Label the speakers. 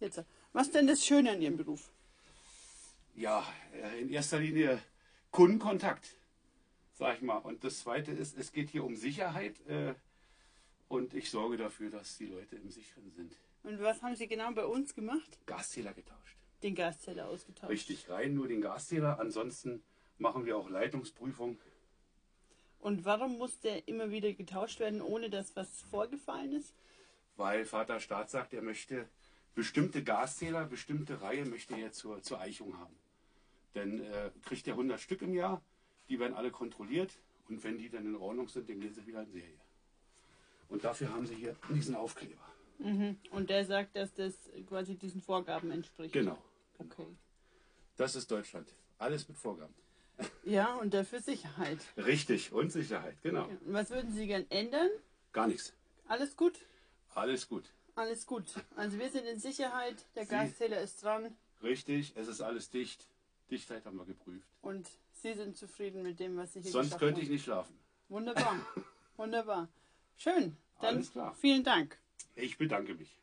Speaker 1: Holzer. Was ist denn das Schöne an Ihrem Beruf?
Speaker 2: Ja, äh, in erster Linie Kundenkontakt, sag ich mal. Und das Zweite ist, es geht hier um Sicherheit äh, und ich sorge dafür, dass die Leute im Sicheren sind.
Speaker 1: Und was haben Sie genau bei uns gemacht?
Speaker 2: Gaszähler getauscht.
Speaker 1: Den Gaszähler ausgetauscht.
Speaker 2: Richtig, rein nur den Gaszähler. Ansonsten machen wir auch Leitungsprüfung.
Speaker 1: Und warum muss der immer wieder getauscht werden, ohne dass was vorgefallen ist?
Speaker 2: weil Vater Staat sagt, er möchte bestimmte Gaszähler, bestimmte Reihe möchte er zur, zur Eichung haben. Dann äh, kriegt er 100 Stück im Jahr, die werden alle kontrolliert und wenn die dann in Ordnung sind, dann gehen sie wieder in Serie. Und dafür haben sie hier diesen Aufkleber.
Speaker 1: Mhm. Und der sagt, dass das quasi diesen Vorgaben entspricht.
Speaker 2: Genau.
Speaker 1: Okay.
Speaker 2: Das ist Deutschland. Alles mit Vorgaben.
Speaker 1: Ja, und dafür Sicherheit.
Speaker 2: Richtig. Und Sicherheit. Genau.
Speaker 1: Ja. Und was würden Sie gern ändern?
Speaker 2: Gar nichts.
Speaker 1: Alles gut?
Speaker 2: Alles gut.
Speaker 1: Alles gut. Also wir sind in Sicherheit, der Gaszähler ist dran
Speaker 2: Richtig. Es ist alles dicht. Dichtheit haben wir geprüft.
Speaker 1: und Sie sind zufrieden mit dem, was Sie hier
Speaker 2: Sonst
Speaker 1: geschafft
Speaker 2: könnte
Speaker 1: haben.
Speaker 2: ich nicht schlafen.
Speaker 1: Wunderbar. Wunderbar. Schön. Dann
Speaker 2: Alles klar.
Speaker 1: vielen Dank.
Speaker 2: Ich bedanke mich.